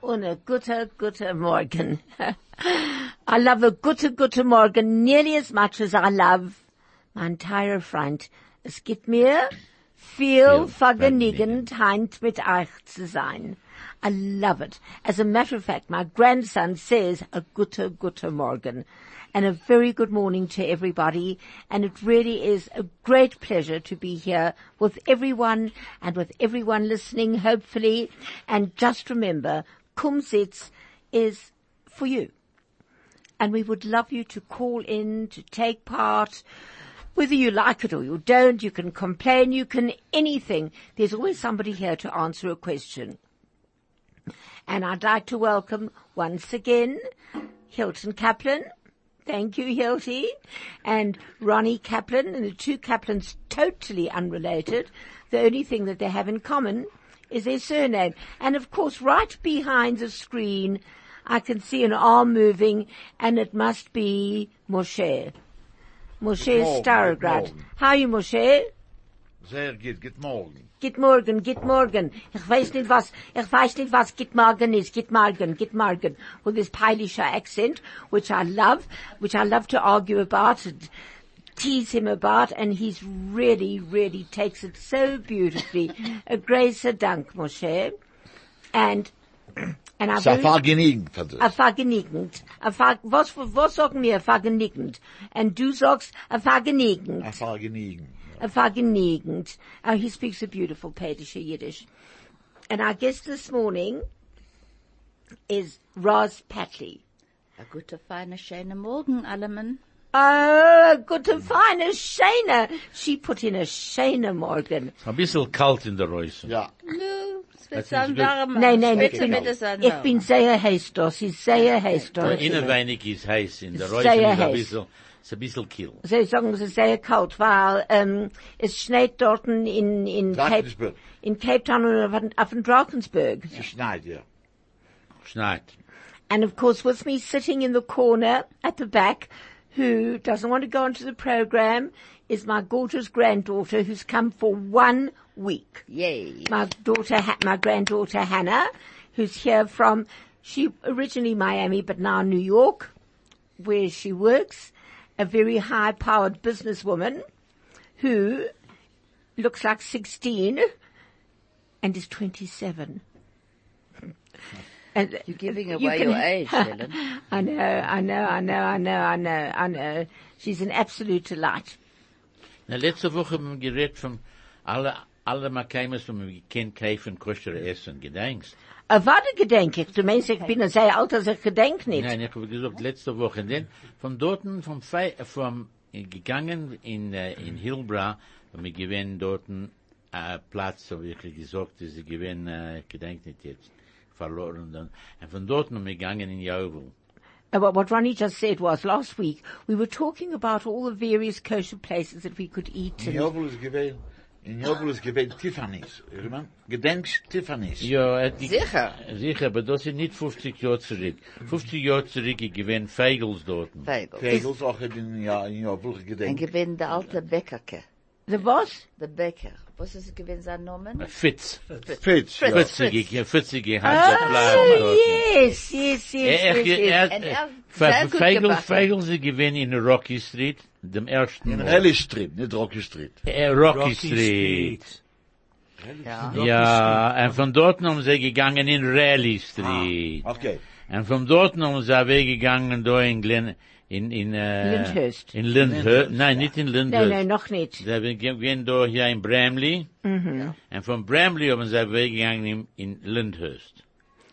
und ein guter, guter Morgen. I love a guter, guter Morgen nearly as much as I love my entire Freund. Es gibt mir viel Viel Vergnügen, heint mit euch zu sein. I love it. As a matter of fact, my grandson says a guter, guter Morgen. And a very good morning to everybody. And it really is a great pleasure to be here with everyone and with everyone listening, hopefully. And just remember, Kumsitz is for you and we would love you to call in to take part. Whether you like it or you don't, you can complain, you can anything. There's always somebody here to answer a question. And I'd like to welcome once again Hilton Kaplan. Thank you, Hilty. And Ronnie Kaplan, and the two Kaplans totally unrelated. The only thing that they have in common is their surname. And of course, right behind the screen, I can see an arm moving, and it must be Moshe. Moshe morning, Starograd. good morning. How are you, Moshe? Sehr gut, guten Morgen. Git morgen, git morgen. Ich weiß nicht was, ich weiß nicht was git morgen is. Git morgen, git morgen. With this Polish accent, which I love, which I love to argue about and tease him about, and he's really, really takes it so beautifully. A grace, a dank, Moshe. And, and I Es ist ein Fall genügend für a das. vergnügend. A ver, was, was sagen wir, a vergnügend? And du sagst, a vergnügend. Ein Fall genügend. a vergnügend. Oh, he speaks a beautiful Polish Yiddish. And our guest this morning is Roz Patley. A gute, feine, schöne Morgen, allemen. Oh, good to find a Shana. She put in a Shana Morgan. Ein bisschen kalt in der Reuse. Ja, Nö, es wird Das so ist ein gut. warmer. Nein, nein, ich bitte, bin, bitte, so ein ich bin sehr heiß, das ist sehr heiß, Aber das. innen weinig ist heiß, in der Ist Reuse sehr ist ein heiß. bisschen, ist ein bisschen kiel. Sie sagen, es ist sehr kalt, weil ähm, es schneit dort in, in, Cape, Drakensberg. in Cape Town und auf- auf dem Drakensberg. es schneit, ja. Schneit. And of course, with me sitting in the corner at the back, who doesn't want to go onto the program, is my gorgeous granddaughter who's come for one week. Yay. My daughter, Ha- my granddaughter Hannah, who's here from, she originally Miami, but now New York, where she works, a very high powered businesswoman who looks like 16 and is 27. And You're giving you away can- your age, Helen. I know, I know, I know, I know, I know, I know. She's an absolute delight. Na, letzte Woche haben wir geredet von alle, alle Makaimas, von wir können kaufen, kostere Essen, gedenkst. A warte gedenk ich, du meinst, ich bin ein sehr alt, als ich gedenk nicht. Nein, ich habe gesagt, letzte Woche, und dann, von dorten, vom Fei, äh, vom, äh, gegangen in, äh, in Hilbra, und wir gewinnen dorten, äh, Platz, so wie ich gesagt, ist, sie gewinnen, äh, ich gedenk nicht jetzt, verloren dann. Und von dorten haben wir gegangen in Jovel. Uh, What, what Ronnie just said was, last week, we were talking about all the various kosher places that we could eat. In And, Jobel ist gewesen, in Jobel ist gewesen Tiffany's. Ich meine, gedenkst Tiffany's. Ja, het ik- Sicher. Sicher, aber das ist nicht 50 Jahre zurück. 50 Jahre zurück, ich gewinn Feigels dort. Fagel. Tegels auch hat in, ja, in Jobel Ein gedenkt. gewinn der alte Bäckerke. the boss? Der Bäcker. Was ist gewinn sein Name? Fitz. Fritz, ja. Fritz. 40, 40 Oh, hat er bleiben dort. yes, yes, yes, Er, yes, yes. er, En er er, sehr gut Feigels, gebacken. Feigels, sie gewinn in Rocky Street, dem ersten In Mal. Rally Street, nicht Rocky Street. Eh, Rocky Street. Ja. Ja, und von dort haben sie gegangen in Raleigh Street. Okay. Und von dort haben sie weggegangen da in Glen, in, in, äh, Lyndhurst. In Lyndhurst. Nein, nicht in No, Lyndhurst. no, noch nicht. Sie haben gehen da hier in Bramley. Und von Bramley haben sie weggegangen in, in Lyndhurst.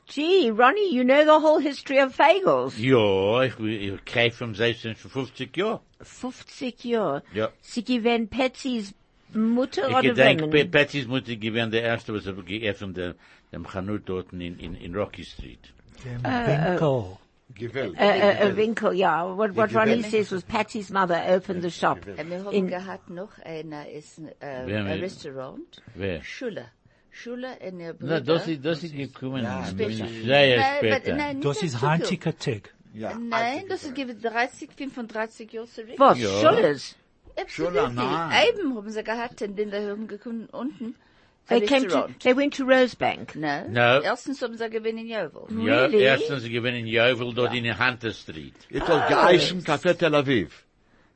Gee, Ronnie, you know the whole history of Fagels. Ja, ich, ich kreife vom 16 für 50 Jahre. 50 Jahre. Ja. Sie gewähren Patsy's Mutter Ich oder gedenke, Women. Patsy's Mutter gewesen der erste, was er geöffnet, der- dem Chanut dort in, in, in Rocky Street. Dem Winkel. Gewählt. Äh, A, a, a winkle, Uh, yeah. What, what you Ronnie get me? says was Patsy's mother opened the shop. Und Äh, wir haben In- gehabt noch einer, ist ein, äh, Wer ein mit- Restaurant. Wer? Schule. Schule in der Brüder. Na, das ist, das ist gekommen, Später. sehr Nein, später. aber- nein, nicht Das so ist viel. Heintiker Tag. Ja. Nein, das ist gewinn 30, 35 Jahre zurück. Was? Ja. Schullers? Absolutely. Schon, nein. Eben haben sie gehabt, denn da haben gekommen unten They Alice came to, Rond. they went to Rosebank. No. No. Mm. Erstens haben sie gewinnen in Jovel. Jo- Really? Erstens gewinnen in Jovel, dort in der Hunter Street. It was geheißen Café Tel Aviv.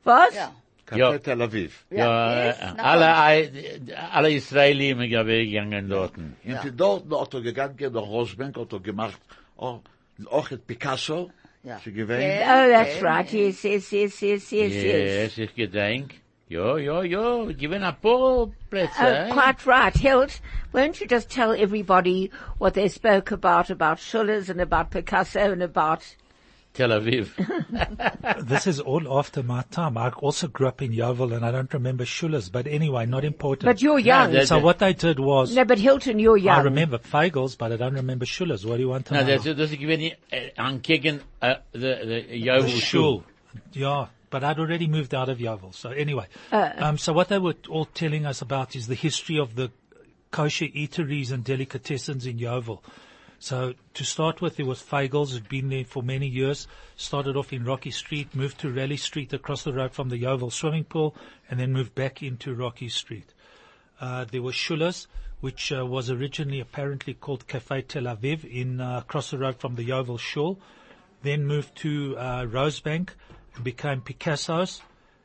Was? Ja. Café Ja. Tel Aviv. Ja, yes, äh, na alle, komm. Ei- alle Israeli sind gegangen dort. Und die dort hat er gegangen, der Rosbank hat er gemacht, auch, auch hat Picasso, Ja. sie gewähnt. Ja. Oh, that's Okay. right. Yes, yes, yes, yes, yes, yes. Yes, ich gedenk. Jo, jo, jo, gewinnen ein paar Plätze. Oh, eh? quite right. Hilt, won't you just tell everybody what they spoke about, about Schuller's and about Picasso and about... Tel Aviv. This is all after my time. I also grew up in Yovel and I don't remember Schuler's, but anyway, not important. But you're young. that- so what they did was, No, but Hilton, you're young. I remember Feigel's, but I don't remember Schuler's. What do you want to Na, know? das das ich gewinn äh, an gegen äh, der der The Jovel shul. Schul. Yeah, but I'd already moved out of Yovel. So anyway, um, so what they were all telling us about is the history of the kosher eateries and delicatessens in Yovel. So to start with, there was Feigel's, who'd been there for many years, started off in Rocky Street, moved to Raleigh Street across the road from the Yovel swimming pool, and then moved back into Rocky Street. Uh, there was Schuler's, which uh, was originally apparently called Cafe Tel Aviv in uh, across the road from the Yovel Shul, then moved to uh, Rosebank and became Picasso's.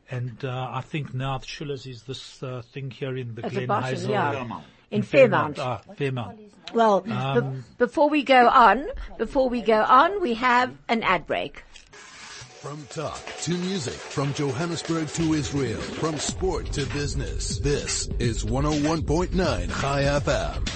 And uh, I think now Schuler's is this uh, thing here in the At the Glen bottom, Hazel. yeah. Fairmount. In Fairmount. Ah, Fairmount. Well, be- before we go on, before we go on, we have an ad break. From talk to music, from Johannesburg to Israel, from sport to business. This is 101.9 High FM.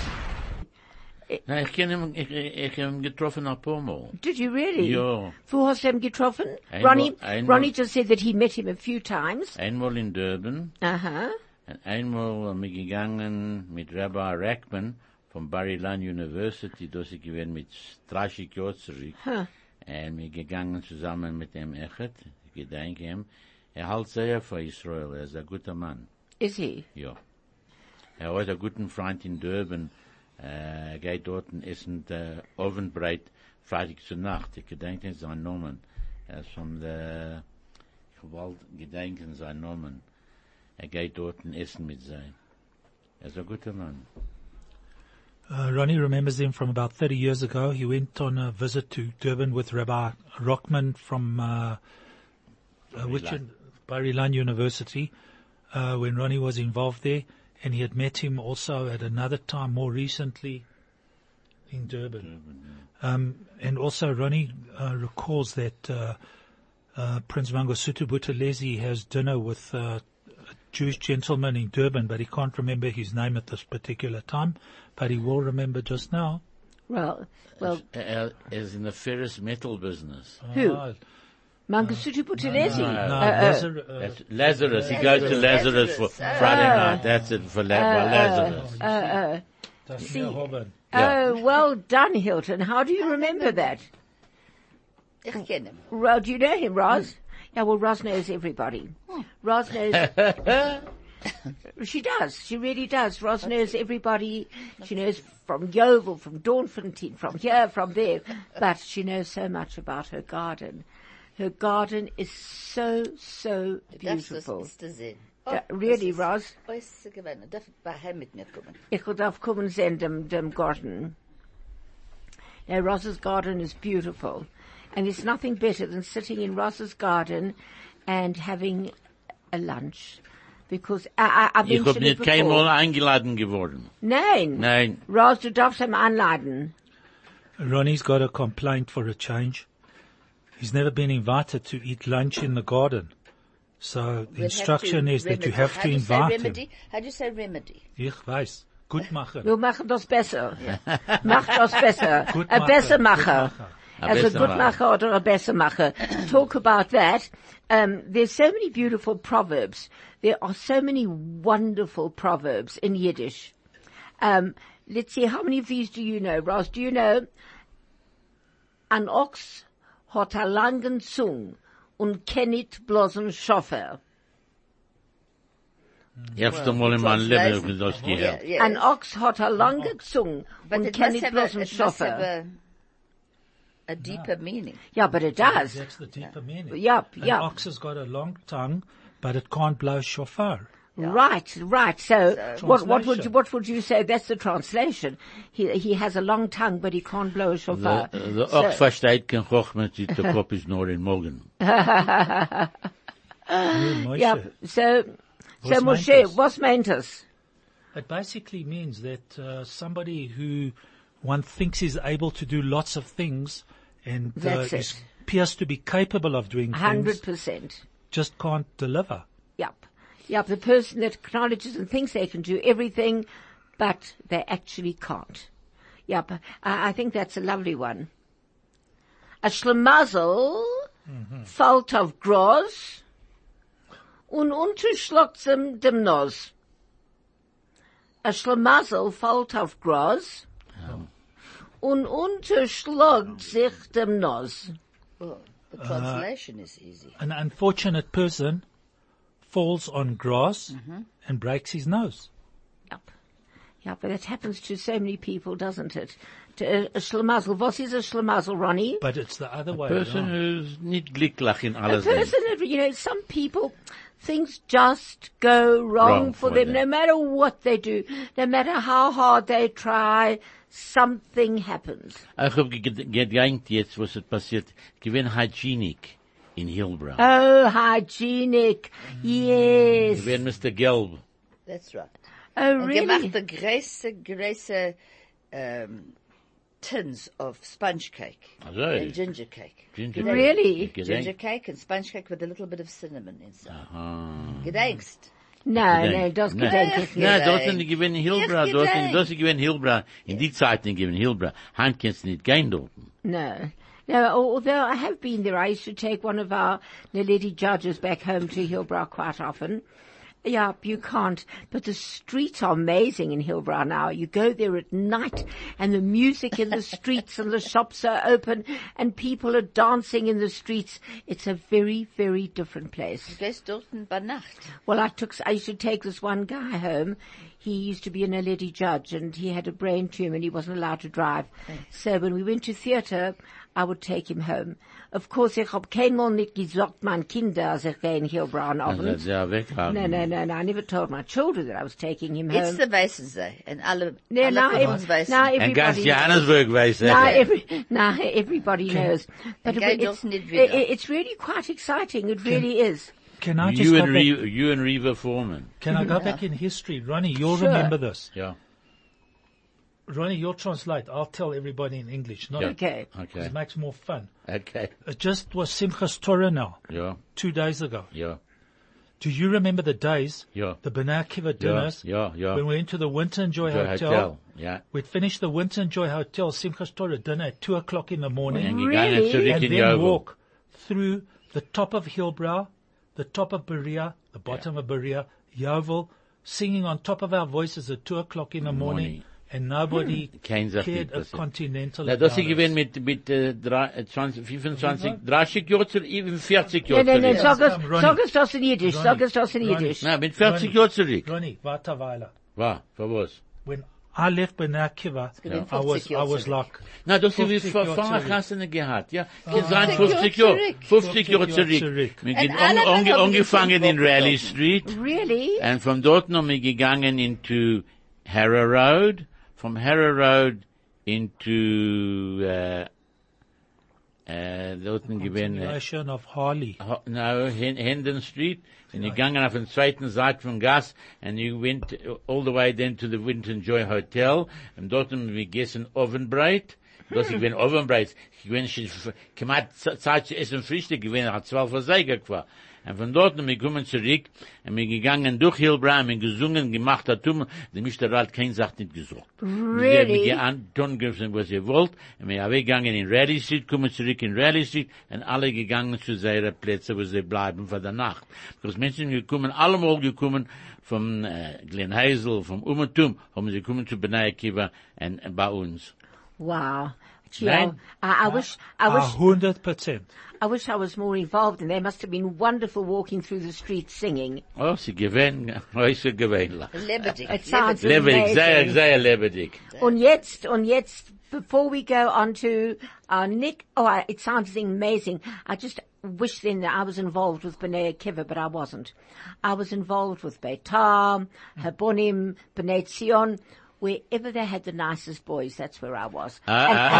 Na, ich kenn ihn, ich, ich, ich hab ihn getroffen ein paar Mal. Did you really? Ja. Who has him getroffen? Einmal- Ronnie, einmal- Ronnie just said that he met him a few times. Einmal in Durban, Uh huh. und einmal bin ich gegangen mit Rabbi Rackman von Bar Ilan University, Dus das ich gewinn mit 30 Jahren zurück. Und wir gegangen zusammen mit dem Echet, ich gedenke ihm. Er hält sehr für Israel, er ist ein guter Mann. Is he? Ja. Er hat einen guten Freund in Durban. Äh, er geht dort und essen äh, Ofenbreit Freitag zur Nacht. Ich gedenke seinen Namen. Er ist von der Gewalt gedenken seinen Namen. Er geht dort und essen mit sein. Er ist ein guter Mann. Uh, Ronnie remembers him from about 30 years ago. He went on a visit to Durban with Rabbi Rockman from uh, uh, which Ilan. Bar Ilan University uh, when Ronnie was involved there, and he had met him also at another time more recently in Durban. um, and also Ronnie uh, recalls that uh, uh, Prince Mangosuthu Buthelezi has dinner with uh, a Jewish gentleman in Durban, but he can't remember his name at this particular time, but he will remember just now. Well, well, Er, er ist in the Ferris Metal Business. Who? Ah, Mangasutu Buthelezi. no, Uh, uh, there's a- uh, That's Lazarus. He goes to Lazarus for Friday night. That's it for, La- for oh, Lazarus. Daphne see- Hoban. Yeah. Oh, well done, Hilton. How do you remember that? Ich kenne ihn. Ro, do you know him, Roz? Hmm. Yeah, well, Roz knows everybody. Roz knows. she does. She really does. Roz knows everybody. She knows from Yeovil, from Dornfontein, from here, from there. But she knows so much about her garden. Her garden is so, so Darfst du es beautiful. nicht sehen? Ja, Oh, really, Roz? Äußerst gewesen. Darf bei Heim mit mir kommen. Ich will auf kommen sehen, dem, dem Garten. Now, Ross's garden is beautiful. And it's nothing better than sitting in Ross's garden and having a lunch. Because I, I, I've Ich hab mentioned it nicht keinmal before. eingeladen geworden. Nein. Nein. Ross, du darfst ihm anladen. Ronnie's got a complaint for a change. He's never been invited to eat lunch in the garden. So the We'll have to instruction is that remedy. you have How to do you say invite him. remedy? How do you say remedy? Ich weiß. Gut machen. Wir machen das besser. Mach das besser. Gut a machen, besser gut macher. machen. A As a besser good macher. macher or a besser macher. Talk about that. Um, there's so many beautiful proverbs. There are so many wonderful proverbs in Yiddish. Um, let's see, how many of these do you know, Ross? Do you know? An Ochs hat a langen Zung und kennit bloßen Schoffer. Erst einmal in meinem Leben hab ich das Yeah, gehört. yeah. An Ochs hat a lange Zung But und it must kennit have a, bloßen it must have Schoffer. a, Ah. a deeper meaning. Yeah, but it does. That's the deeper meaning. Yup, An yup. ox has got a long tongue, but it can't blow shofar. Right, right. So, what, what would Translation. you, what would you say? That's the translation. He, he has a long tongue, but he can't blow a shofar. The, the so. versteht kein Chochmet, die der Kopf ist nur nou in Morgen. Moshe. yeah. So, so Was meint Moshe, das? what's meant us? It basically means that uh, somebody who one thinks is able to do lots of things and uh, That's is, it. appears to be capable of doing Hundred things, percent. just can't deliver. Yep. Yep. The person that acknowledges and thinks they can do everything, but they actually can't. Yep. I, I think that's a lovely one. A schlamazel, fault of gross, un unterschlagt zum dem Nos. A schlamazel, fault of gross, un unterschlagt sich dem Nos. Well, the Ah. translation is easy. An unfortunate person falls on grass Mm-hmm. and breaks his nose. Yep. Yeah, but it happens to so many people, doesn't it? To, uh, a schlamazel. What is a schlamazel, Ronnie? But it's the other way Person around. ist nicht glücklich in A alles. person that, you know, some people, things just go wrong, Wrong for for them, them. no matter what they do, no matter how hard they try, something happens. Ich hab ged- gedankt jetzt, was ist passiert. Gewinn Hygienik in Hillbrow. Oh, hygienic. Mm. Yes. Gewinn Mr. Gelb. That's right. Oh, And really? gemacht the große, große, um, tins of sponge cake Also, and ginger cake. Ginger Really? Really? Ich gedenk- Ginger cake and sponge cake with a little bit of cinnamon inside. Gedenkst. No, no, it doesn't. Nein. don't- Ach, Nein, gedenkt. dort sind die gewinnen Hilbra, Ich dort gedenkt. sind, dort sind gewinnen Hilbra. In die Zeiten gewinnen Hilbra. Hand kannst du nicht gehen dort. No. No, although I have been there, I used to take one of our Naledi judges back home to Hillbrow quite often. Yep, you can't. But the streets are amazing in Hillbrow now. You go there at night and the music in the streets and the shops are open and people are dancing in the streets. It's a very, very different place. Gehst dorten bei Nacht. Well, I took, I used to take this one guy home. He used to be an lady judge and he had a brain tumor and he wasn't allowed to drive. So when we went to theatre, I would take him home. Of course, ich hab keinmal nicht gesagt, mein Kinder, als ich gehe in Hillbrown Also, Abend. sehr weg haben. No, no, no, no, I never told my children that I was taking him home. It's the Weissensee and alle, no, now, alle ev- now Weissen. everybody And ganz Johannesburg weiß now, er. every, now everybody knows. But Okay, it- it's, doesn't it it- wieder? it's really quite exciting. It really is. Can I just You go and back? Reva, you and Reva Foreman. Can I go back in history, Ronnie? You'll Sure. remember this. Ja. Ronnie, you'll translate. I'll tell everybody in English. Not Ja. Okay. It Okay. makes more fun. Okay. It just was Simchas Torah now, Ja. two days ago. Ja. Do you remember the days? Yeah. The B'nai Akiva dinners. yeah, yeah. When we went to the Winter and Joy Joy Hotel. Hotel, yeah. We'd finished the Winter and Joy Hotel Simchas Torah dinner at two o'clock in the morning, And Really? gegangen zurück and in then Jovo. walk through the top of Hillbrow, the top of Berea, the bottom of Berea, Yovel, singing on top of our voices at two o'clock in the morning, Morning. Hmm. and nobody Kein Sach cared nicht a passiert. continental. Na, das about ich us. gewinn mit, mit, äh, drei- äh, 20, 25, 30 Jahren zu, eben 40 No, Jahren no, no, zurück. sag es, Come, Ronnie. sag es das in Yiddish, Ronnie, sag es das in Ronnie. Yiddish. Na, mit 40 Jahren Ronnie. zurück. Ronnie, warte Weiler. War, für was? When I left B'nai Akiva, been I was, 50 I was years like, Na, das haben wir 50 vor Jahre vorher zurück. Kassene gehabt, ja. Ah. Kann sein 50 50 Jahre. zurück. 50 Jahre 50 Jahre zurück. zurück. Wir Und sind alle ange- ange- haben angefangen in gefunden. Raleigh Street. Really? And from dort noch wir gegangen into Harrow Road. From Harrow Road into, äh, äh, dort gewesen, äh, nation of Harley. Ho- no, Hen- Hendon Street, and you're going off on zweiten Seite from Gas, and you went uh, all the way then to the Winton Joy Hotel, and dort haben wir gegessen Ovenbreit, dass ich bin Ovenbreit, ich bin schon, ich Zeit zu essen Frühstück, ich bin hat 12 Uhr sei gekommen. Und von dort haben wir gekommen zurück, und wir gegangen durch Hilbra, und wir gesungen, gemacht hat Tummel, der Mischter hat kein Sacht nicht gesucht. Really? Wir haben getan, getan, was ihr wollt, und wir haben gegangen in Raleigh Street, kommen zurück in Raleigh Street, und alle gegangen zu seinen Plätzen, wo sie bleiben für die Nacht. Because Menschen gekommen, allemal gekommen, vom äh, Glen Hazel, vom Umatum, haben sie gekommen zu Benai Akiva, und und bei uns. Wow. Gee, Nein. Ah. I, I wish, I A wish, hundred percent. I wish I was more involved and they must have been wonderful walking through the streets singing. Oh, sie gewinnen, heute gewinnen. Lebedik. It sounds Lebedik. Lebendig, sehr, amazing. sehr lebendig. Und jetzt, und uh, jetzt, before we go on to our Nick, oh, I- it sounds amazing. I just wish then that I was involved with B'nai Akiva, but I wasn't. I was involved with Beitar, Hmm. Habonim, B'nai Zion, wherever they had the nicest boys, that's where I was. Ah,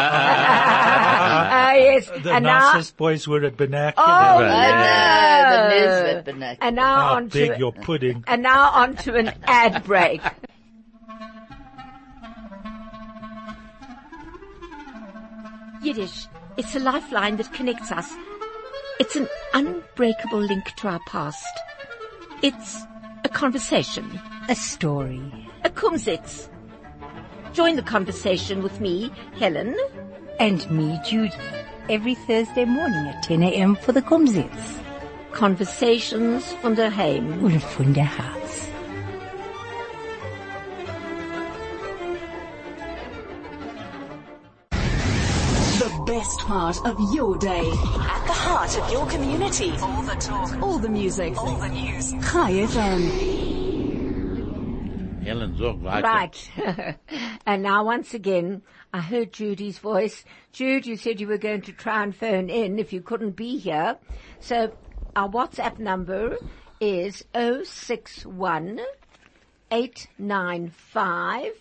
Ah, yes. The and now, nicest boys were at Benak. oh, Right. I know, the Nesbit B'nai. and now How on Uh, Ah, big to, your pudding. and now on to an ad break. Yiddish, it's a lifeline that connects us. It's an unbreakable link to our past. It's a conversation, A story. a kumsitz. Join the conversation with me, Helen, And me, Judy. Every Thursday morning at 10 a.m. for the Kumsitz. Conversations from the Heim. Und von der Haas. The best part of your day. At the heart of your community. All the talk. All the music. All the news. Hi FM. Helen, sag weiter. Right. and now once again, I heard Judy's voice. Jude, you said you were going to try and phone in if you couldn't be here. So our WhatsApp number is 061 895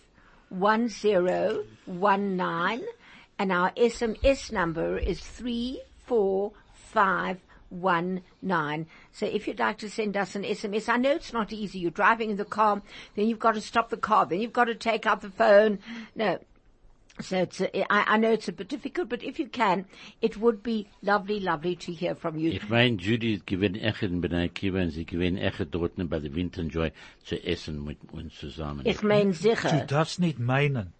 1019 and our SMS number is 34519. So if you'd like to send us an SMS, I know it's not easy. You're driving in the car, then you've got to stop the car, then you've got to take out the phone. No. So it's a, I, I know it's a bit difficult, but if you can, it would be lovely, lovely to hear from you. Ich mein, Judy gewinnt echt in B'nai Kiva und sie gewinnt echt dort bei der Winterjoy zu essen mit uns zusammen. Ich mein Du sicher. darfst nicht meinen.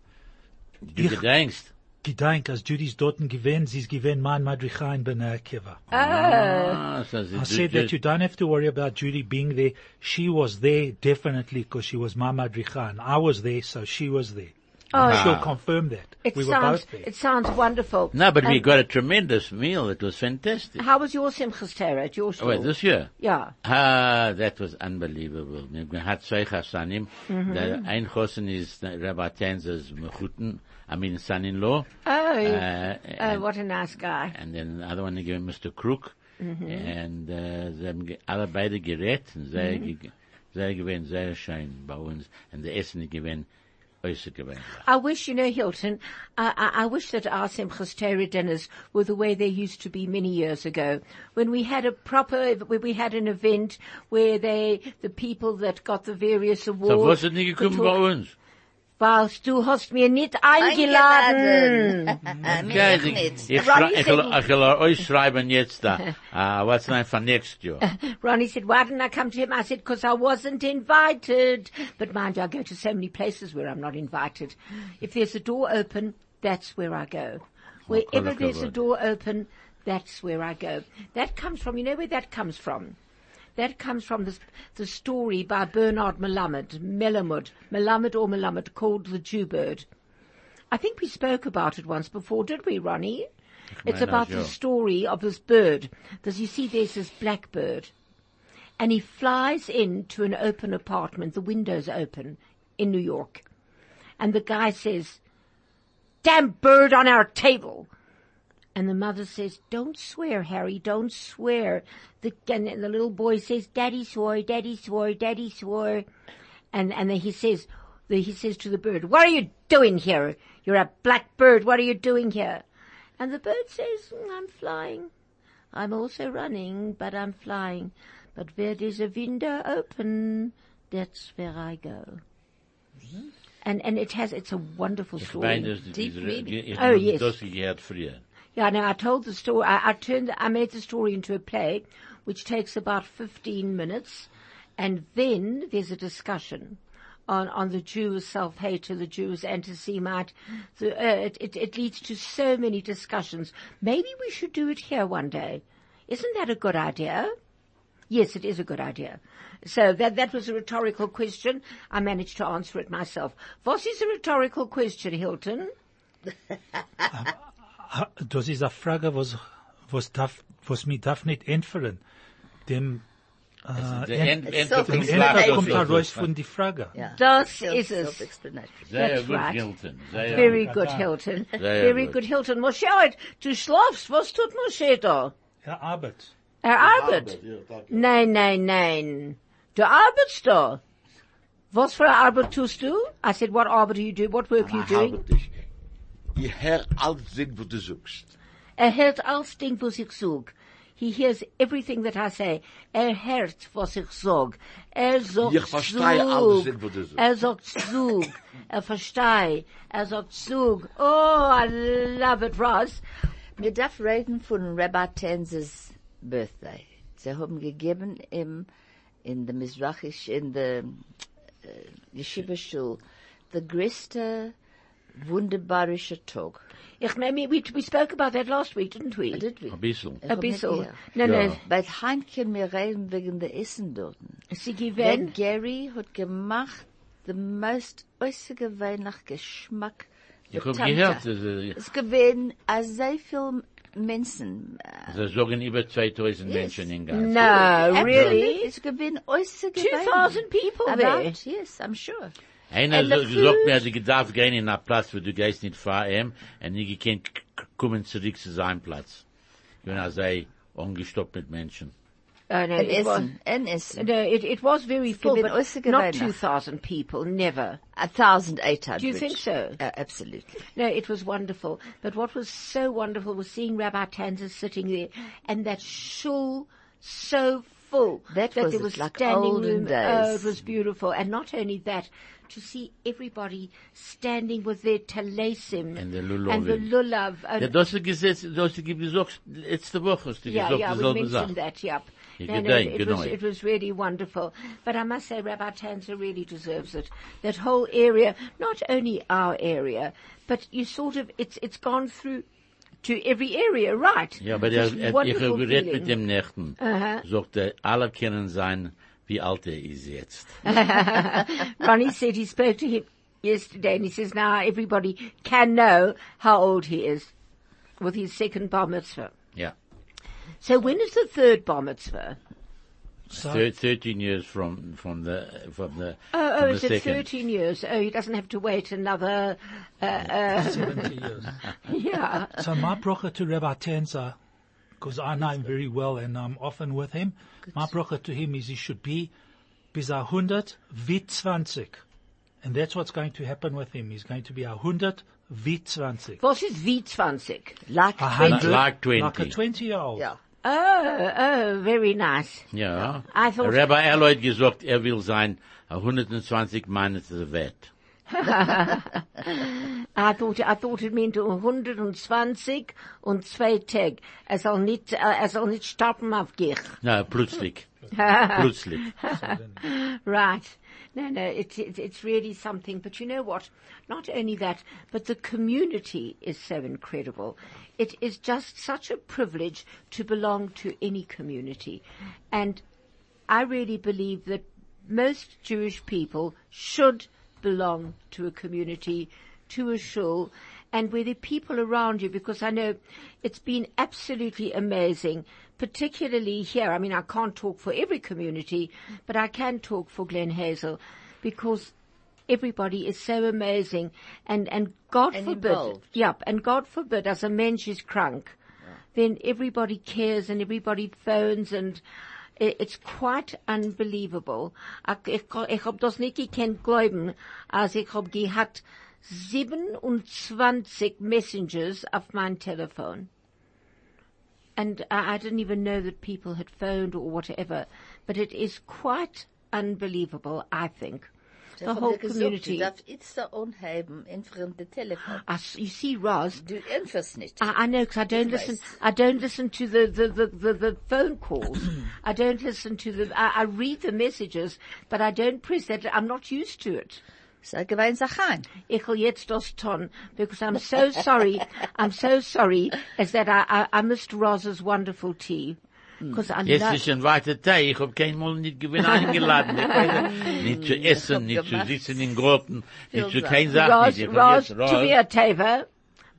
du gedenkst, Gedenk, als Judy's dorten gewähnt, sie ist gewähnt mein Madrichain Benak Kiva. Uh, ah, so sie, I du- said du- that you don't have to worry about Judy being there. She was there definitely because she was my Madrichan. I was there, so she was there. Oh, She'll confirm that. it we were sounds, both there. it sounds wonderful. No, but we And got a tremendous meal. It was fantastic. How was your Simchas Torah at your Oh, school? wait, this year? Yeah. Ah, that was unbelievable. We had zwei Chassanim. The ein Chassan is the Rabbi Tanzer's Mechuten, I mean son-in-law. Oh, Uh, yeah. oh, and, what a nice guy. and then the other one again, Mr. Crook. And uh, sie haben ge- alle beide gerät und sehr, ge- sehr gewesen, sehr schön bei uns. Und der Essen gewesen, äußerst gewesen. I wish, you know, Hilton, I, I, I wish that our Simchas Torah dinners were the way they used to be many years ago. When we had a proper, when we had an event where they, the people that got the various awards. So, was ist nicht gekommen bei uns? Whilst du hast mir nicht eingeladen. Eingeladen. Okay, Mich ich, nicht. ich, schrei- ich, Rising. ich will euch schreiben jetzt da. Ah, what's name for next year? Ronnie said, why didn't I come to him? I said, because I wasn't invited. But mind you, I go to so many places where I'm not invited. If there's a door open, that's where I go. Wherever Kolokavod. there's a door open, that's where I go. That comes from, you know where that comes from? That comes from the, the story by Bernard Melamed, Melamed, Melamed or Melamed, called The Jew Bird. I think we spoke about it once before, did we, Ronnie? It's not about sure. the story of this bird. Because you see, there's this black bird and he flies into an open apartment, the windows open in New York. And the guy says, damn bird on our table. And the mother says, don't swear, Harry, don't swear. The, and the little boy says, daddy swore, daddy swore, daddy swore. And, and then he says, then he says to the bird, what are you doing here? You're a black bird. What are you doing here? And the bird says, "Mm, I'm flying. I'm also running, but I'm flying. But where there's a window open, that's where I go. And and it has it's a wonderful Ich meine, story. das, Deep das- meaning. ich Oh, habe yes. das gehört früher. Yeah, no, I told the story. I, I turned, I made the story into a play, which takes about 15 minutes, and then there's a discussion on on the Jews' self-hate and the Jews' anti-Semite. The, uh, it, it it leads to so many discussions. Maybe we should do it here one day. Isn't that a good idea? Yes, it is a good idea. So that that was a rhetorical question. I managed to answer it myself. What is a rhetorical question, Hilton? Ah, Das ist eine Frage, was, was darf, was mir darf nicht entferen. Dem, Der Ent- Ent- It's Ent- dem Ent- Ende Ent- kommt da Ent- raus von die Frage. Ja. Das Self- ist es. self-explanatory. Sehr That's gut, right. Hilton. Sehr Very gut. good, Hilton. Very Very good. e, good, Hilton. Moshe, du schlafst. Was tut Moshe da? Ja, Arbeit. Er arbeitet. Ja, danke. Nein, nein, nein. Du arbeitest da. Was für eine Arbeit tust du? I said, what Arbeit do you do? What work are you Ich doing? arbeite nicht. Ich höre alles Ding, wo du suchst. Er hört alles Ding, was ich sag. He hears everything that I say. Er hört, was ich sag. Er sagt Ich verstehe alles Zug. Ding, was du sagst. Er sagt Zug. Er verstehe. Er sagt Zug. Oh, I love it, Ross. Mir darf reden von Rabbi Tenzes Birthday. Sie haben gegeben im, in der Mizrachisch, in der äh, Yeshiva Schul, der größte, wunderbarische äh, Tag. Ich meine, we, we spoke about that last week, didn't we? Did we? Ein bisschen. A bisschen. Ja. No, Ja. no. Bei Heinke mir reden wegen der Essen dort. Sie Der gewinnen. Gary hat gemacht the most äußergewöhnlich Geschmack. Ich für hab Tamta. gehört, dass, äh, es gewesen äh, sehr viele Menschen. äh, Sie sagen über 2000 Yes. Menschen in Gaza. No, Absolutely, really? It's gewesen äußergewöhnlich. 2,000 people there. About, yes, I'm sure. Einer And the so gesagt food- mir, sie darf gehen in einen Platz, wo du gehst nicht vor ihm, und nie gekannt k- k- kommen zurück zu seinem Platz. Wenn er sei angestoppt mit Menschen. Oh, no, Ein it was- Essen, ein Essen. No, it, it was very full, been but oyster not gewesen. 2,000 people, never. A thousand eight hundred. Do you think so? Uh, absolutely. No, it was wonderful. But what was so wonderful was seeing Rabbi Tanzer sitting there and that shul so full That was there it, was like standing olden room. Oh, it days. was beautiful. And not only that, to see everybody standing with their talesim And the lulavim. and the lulav. And Ja, das ist gesetzt, das ist gesagt, letzte Woche hast du yeah, gesagt, yeah, we dieselbe mentioned Sache. that, yep. You No, could no, think, it, you was, know it. it was really wonderful. But I must say Rabbi Tanzer really deserves it. That whole area, not only our area, but you sort of, it's, it's gone through to every area, right? Ja, aber Just er, er, ich wonderful habe geredet feeling. mit dem Nächten. Sagt er, alle können sein, wie alt er ist jetzt. Ronnie said he spoke to him yesterday and he says now everybody can know how old he is with his second bar mitzvah. Ja. So when is the third bar mitzvah? So, Thir- 13 years from, from the, from the, Oh, oh from the is it second. 13 years? Oh, he doesn't have to wait another, uh, uh, 70 years. yeah. So my bracha to Rabbi Tenza, because I know him very well and I'm often with him, my bracha to him is he should be bis a hundred wit zwanzig. And that's what's going to happen with him. He's going to be a hundred wit zwanzig. Was ist wie 20? Like A twenty. hundred, Like 20. like a 20 year old. Yeah. Oh, oh, very nice. Ja. I thought- Rabbi Erloyd gesagt, er will sein, 120 meines Wert. I thought, I thought it meant 120 und zwei Tag. Er soll nicht, äh, er soll nicht stoppen auf Gier. Na, plötzlich. plötzlich. Right. No, no, it's, it's, it's really something. But you know what? Not only that, but the community is so incredible. It is just such a privilege to belong to any community. And I really believe that most Jewish people should belong to a community, to a shul, and where there are people around you, because I know it's been absolutely amazing, particularly here. I mean, I can't talk for every community, but I can talk for Glen Hazel, because everybody is so amazing, and, and God And forbid, involved. yep, and God forbid, as a mensch is crunk, then everybody cares and everybody phones and i- it's quite unbelievable. Ac- Ich, ko- ich hab das nicht gekannt glauben, als ich hab gehabt 27 messengers auf mein Telefon. And I, I didn't even know that people had phoned or whatever, but it is quite unbelievable, I think. The whole community. Du darfst jetzt da unheben in fremde Telefon. I s- you see, Roz, Du entfernst nicht. I, I know because I don't listen. Nice. I don't listen to the the the, the, the phone calls. I don't listen to the. I, I read the messages, but I don't press that. I'm not used to it. Sag gewein Sachen. Ich will jetzt das tun because I'm so sorry. I'm so sorry is that I I, I missed Roz's wonderful tea because I Jetzt love. ist ein weiter Tag. Ich hab kein Mal nicht gewinn eingeladen. Ich weiß nicht zu essen, Ich hab nicht zu gemacht. sitzen in Grotten, nicht zu Viel kein Sachen. Roz, Ich hab Roz, jetzt tu mir a Teva.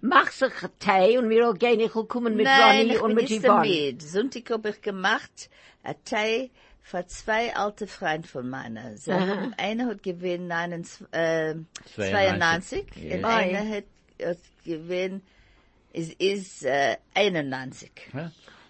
Mach sich a Tee und wir will gehen, ich will kommen mit Nein, Ronny ich und bin mit nicht Yvonne. damit. Sonntag habe ich gemacht, a Tee für zwei alte Freunde von meiner. Sie haben- Einer hat gewinnt 99, äh, 92 Ja. und Oi. eh, einer hat, hat gewinnt, ist, ist äh, 91.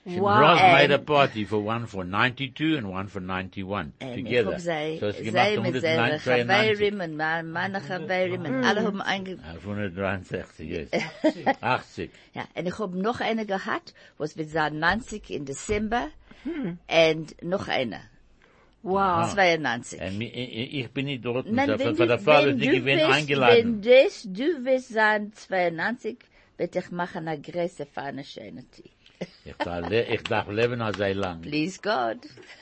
Wow. Ross made a And- party for one for 92 and one for 91 Ähm, together. So it's so it's Zij gemacht um met zijn 193. Chaveirim en mijn mannen Chaveirim en alle hebben einge... 163, Ah, yes. 80. Ja, en ik heb nog een gehad, was met zijn 90 in december. En nog een, Wow. 92. Ah. En mi- Ähm, i- i- ich bin nicht dort. Ah, Nein, so, wenn du, von der Vater, wenn die du gewinn bist, wenn eingeladen. das, du wirst sein 92, bitte ich mache eine Größe für eine schöne Tee. Ich darf, le- ich darf leben als sei lang. Please God.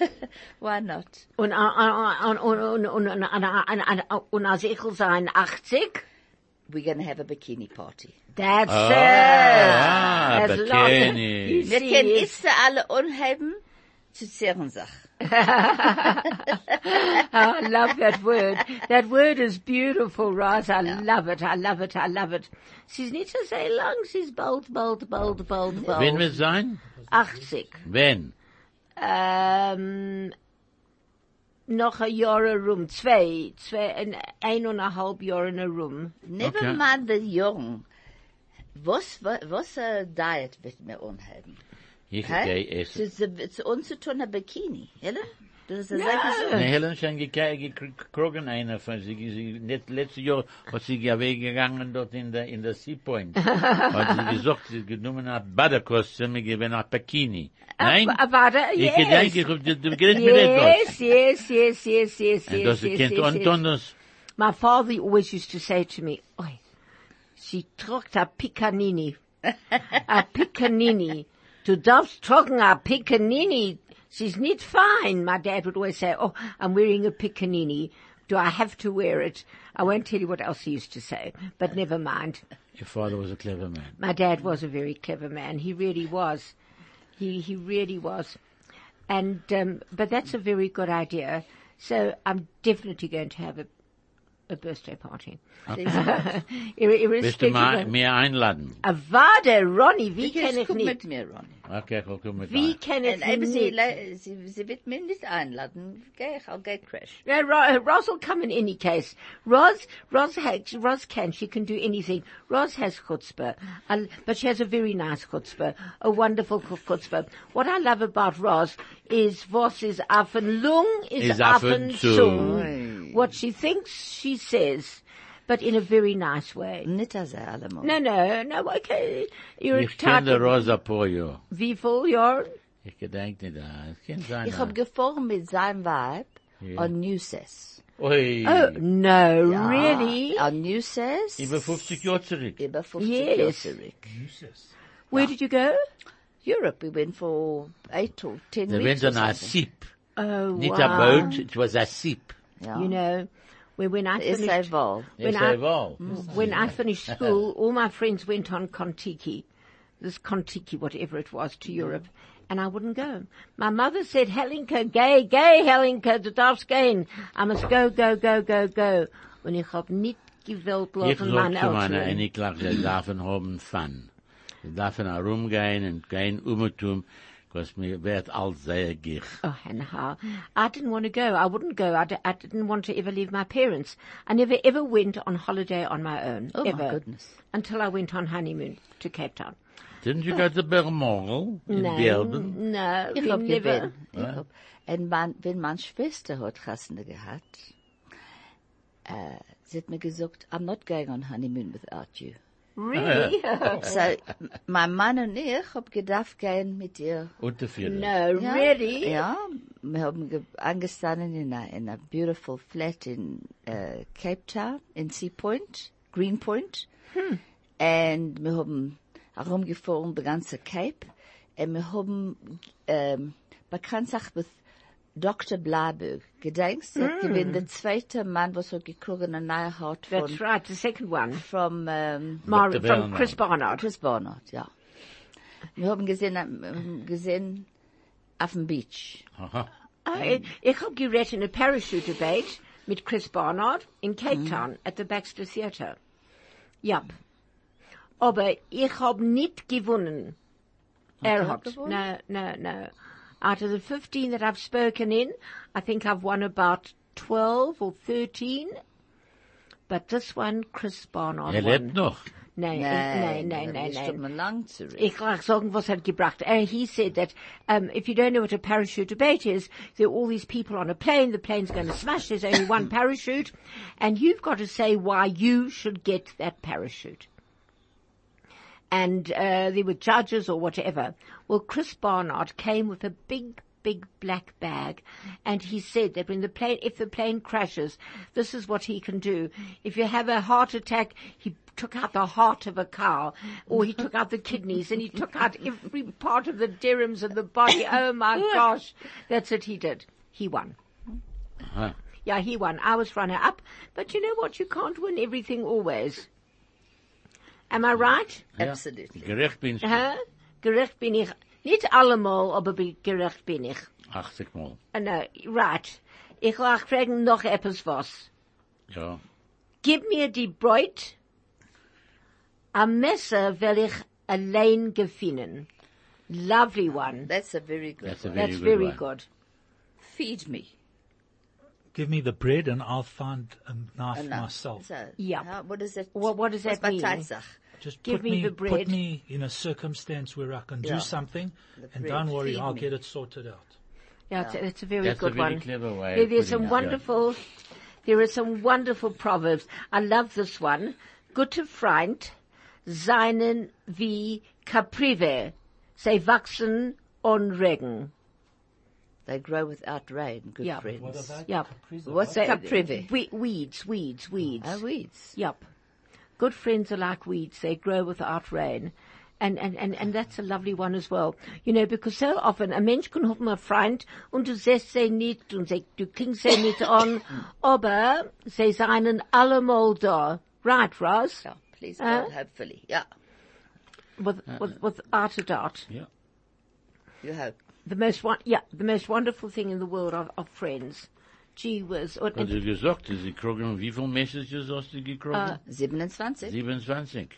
Why not? Und, äh, äh, und, und, und, und, und, und, und, und als ich will sein 80, We're going to have a bikini party. that's Ah, it. That's long. bikini. You Wir see, können it's- jetzt alle unheben zu zehren sich. Ah, I love that word. That word is beautiful, Roz. I love it. I love it. I love it. She's not to say long. She's bold, bold, bold, bold, bold. Wenn wir sein? 80. Wenn? Ähm, noch ein Jahr rum. Zwei, zwei, ein, eineinhalb Jahre rum. Never Okay. mind the young. Was, wa- was a diet wird mir unheben? Ich Hä? gehe essen. Zu, zu, zu uns zu tun ein Bikini, oder? Das ist eine Ne, Sache Helen schon gekei- gekrogen einer von sie, sie net, letztes Jahr hat sie ja weggegangen dort in der, in der Sea Point. hat sie gesagt, sie genommen hat Badekostüm, ich gewinne hat Bikini. Nein? Ah, warte, Ich gedenke, yes. ich hab, du, du gerät mit dem dort. Yes, yes, yes, yes, yes, Und das yes, sie yes, kennt yes, yes. Antonos. My father always used to say to me, Oi, she trocked a picanini. a picanini. Du darfst trocken a picanini. She's not fine. My dad would always say, oh, I'm wearing a picanini. Do I have to wear it? I won't tell you what else he used to say, but never mind. Your father was a clever man. My dad was a very clever man. He really was. He he really was. And um, but that's a very good idea. So I'm definitely going to have a a birthday party. Ir- Willst du irrespective mal, of- mir einladen? Avada, Ronnie, wie kann Jetzt ich komm nicht? mit mir, Ronny. Okay, ich komm mit Wie rein. kann ich Und Äh, eben sie, nicht? le- sie, sie wird mich nicht einladen. Geh ich, I'll get crash. Yeah, Ro- Roz will come in any case. Roz, Roz, has, Roz can, she can do anything. Roz has chutzpah, I- but she has a very nice chutzpah, a wonderful chu- chutzpah. What I love about Roz is was is often lung is, Is af often en toe. sung. What she thinks, she says, but in a very nice way. Nicht also allemal. No, no, no, okay. You're Ich kenne der Rosa Pollo. Wie viel Jahr? Ich gedenke nicht, ah, es kann Ich hab sein. gefahren mit seinem Weib Ja. an Newses. Ui, Oh, no, really? Ah, An Newses. über 50 Jahre zurück. Über 50 Yes. Jahre zurück. Where did you go? Europe, we went for 8 or 10 Da weeks went or an a something. sip. Oh, Nicht a wow. boat, it was a sip. Ja. You know, when, when I Ist finished... ein Wahl. When Yes, I- I will. when I finished school, all my friends went on Kontiki, this Kontiki, whatever it was, to Europe, and I wouldn't go. My mother said, Helinka, gay, gay, Helinka, du darfst gehen. I must go, go, go, go, go. Und ich hab nicht gewollt Ich lassen, sag meine zu meiner Eltern. Eniklach, sie dürfen haben Fun. Sie dürfen herumgehen und gehen umtum, was mir wird alt sehr gich. Oh, and how? I didn't want to go. I wouldn't go. I, d- I didn't want to ever leave my parents. I never ever went on holiday on my own. Oh, my ever. goodness. Until I went on honeymoon to Cape Town. Didn't you go to Bermorel in No, Durban? no, Ich we glaub, ich never. bin. Ich glaub. Und man, wenn meine Schwester hat Chassene gehabt, äh, sie hat mir gesagt, I'm not going on honeymoon without you. Really? So, mein Mann und ich hab gedacht gehen mit ihr. Und der Führer. No, Ja, really? Ja, wir haben ge- angestanden in einer in a beautiful flat in äh, Cape Town, in Sea Point, Green Point. Hm. Und wir haben herumgefahren, die ganze Cape. Und wir haben ähm, bekannt sich mit Dr. Blaberg. Gedenkst Hm. du, ich bin der zweite Mann, was hat gekriegt, eine neue Haut von, That's right, the second one. from ähm, Mar- Dr. from Bernard. Chris Barnard. Chris Barnard, ja. Wir haben gesehen, ähm, gesehen auf dem Beach. Aha. I ich hab gerät in a parachute debate mit Chris Barnard in Cape Town at the Baxter Theatre. Yep. Aber ich hab nicht gewonnen. Er hat. No, no, no. Out of the 15 that I've spoken in, I think I've won about 12 or 13. But this one, Chris Barnard Er won. lebt noch. Nein, nein, nein, nein, ist nein. schon mal lang zurück. Ich mag sagen, was hat gebracht. Uh, he said that um, if you don't know what a parachute debate is, there are all these people on a plane, the plane's going to smash, there's only one parachute, and you've got to say why you should get that parachute. And uh, there were judges or whatever. Well, Chris Barnard came with a big, big black bag, and he said that when the plane, if the plane crashes, this is what he can do. If you have a heart attack, he took out the heart of a cow, or he took out the kidneys, and he took out every part of the dirhams and the body. Oh my gosh, that's what he did. He won. Yeah, he won. I was runner up, but you know what? You can't win everything always. Am I right? Absolutely. Gerecht bin ich Huh? Gerecht bin ich. Nicht allemal, aber be- gerecht bin ich. 80 Mal. Ah, no, right. Ich will auch fragen noch etwas was. Ja. Gib mir die Bräut. Am Messer will ich allein gefinnen. Lovely one. That's a very good That's a one. very That's good very one. good. Feed me. Give me the bread and I'll find a knife enough. myself. So, Yep. how- what is it? Wha- what does What's that mean? Bataitzach? Just Give put me me, the bread. put me in a circumstance where I can Yeah. do something, The and bread. don't worry, Feed I'll me. get it sorted out. Yeah, it's, it's a very That's a good very one. clever way There, of there's putting some it, yeah. wonderful, there are some wonderful proverbs. I love this one. Gute Freund seinen wie Caprive, sie wachsen on Regen. They grow without rain. Good Yeah. friends. What are they? Yep. Capriza, What's what? that? Caprive. We, weeds, weeds, weeds. Oh, weeds. Yep. Good friends are like weeds. They grow without rain. And, and, and, and that's a lovely one as well. You know, because so often, a Mensch kann haben einen Freund und du siehst sie nicht und sie, du klingst sie nicht an, aber sie seien allemal da. Right, Ross? Yeah, please Huh? God, hopefully. Yeah, With, with, without a doubt. Ja. you hope. The most one, yeah, the most wonderful thing in the world are, are friends. Gee whiz. Und, Hat er gesagt, sie kriegen, wie viele Messages hast du Ah. gekriegt? 27. 27.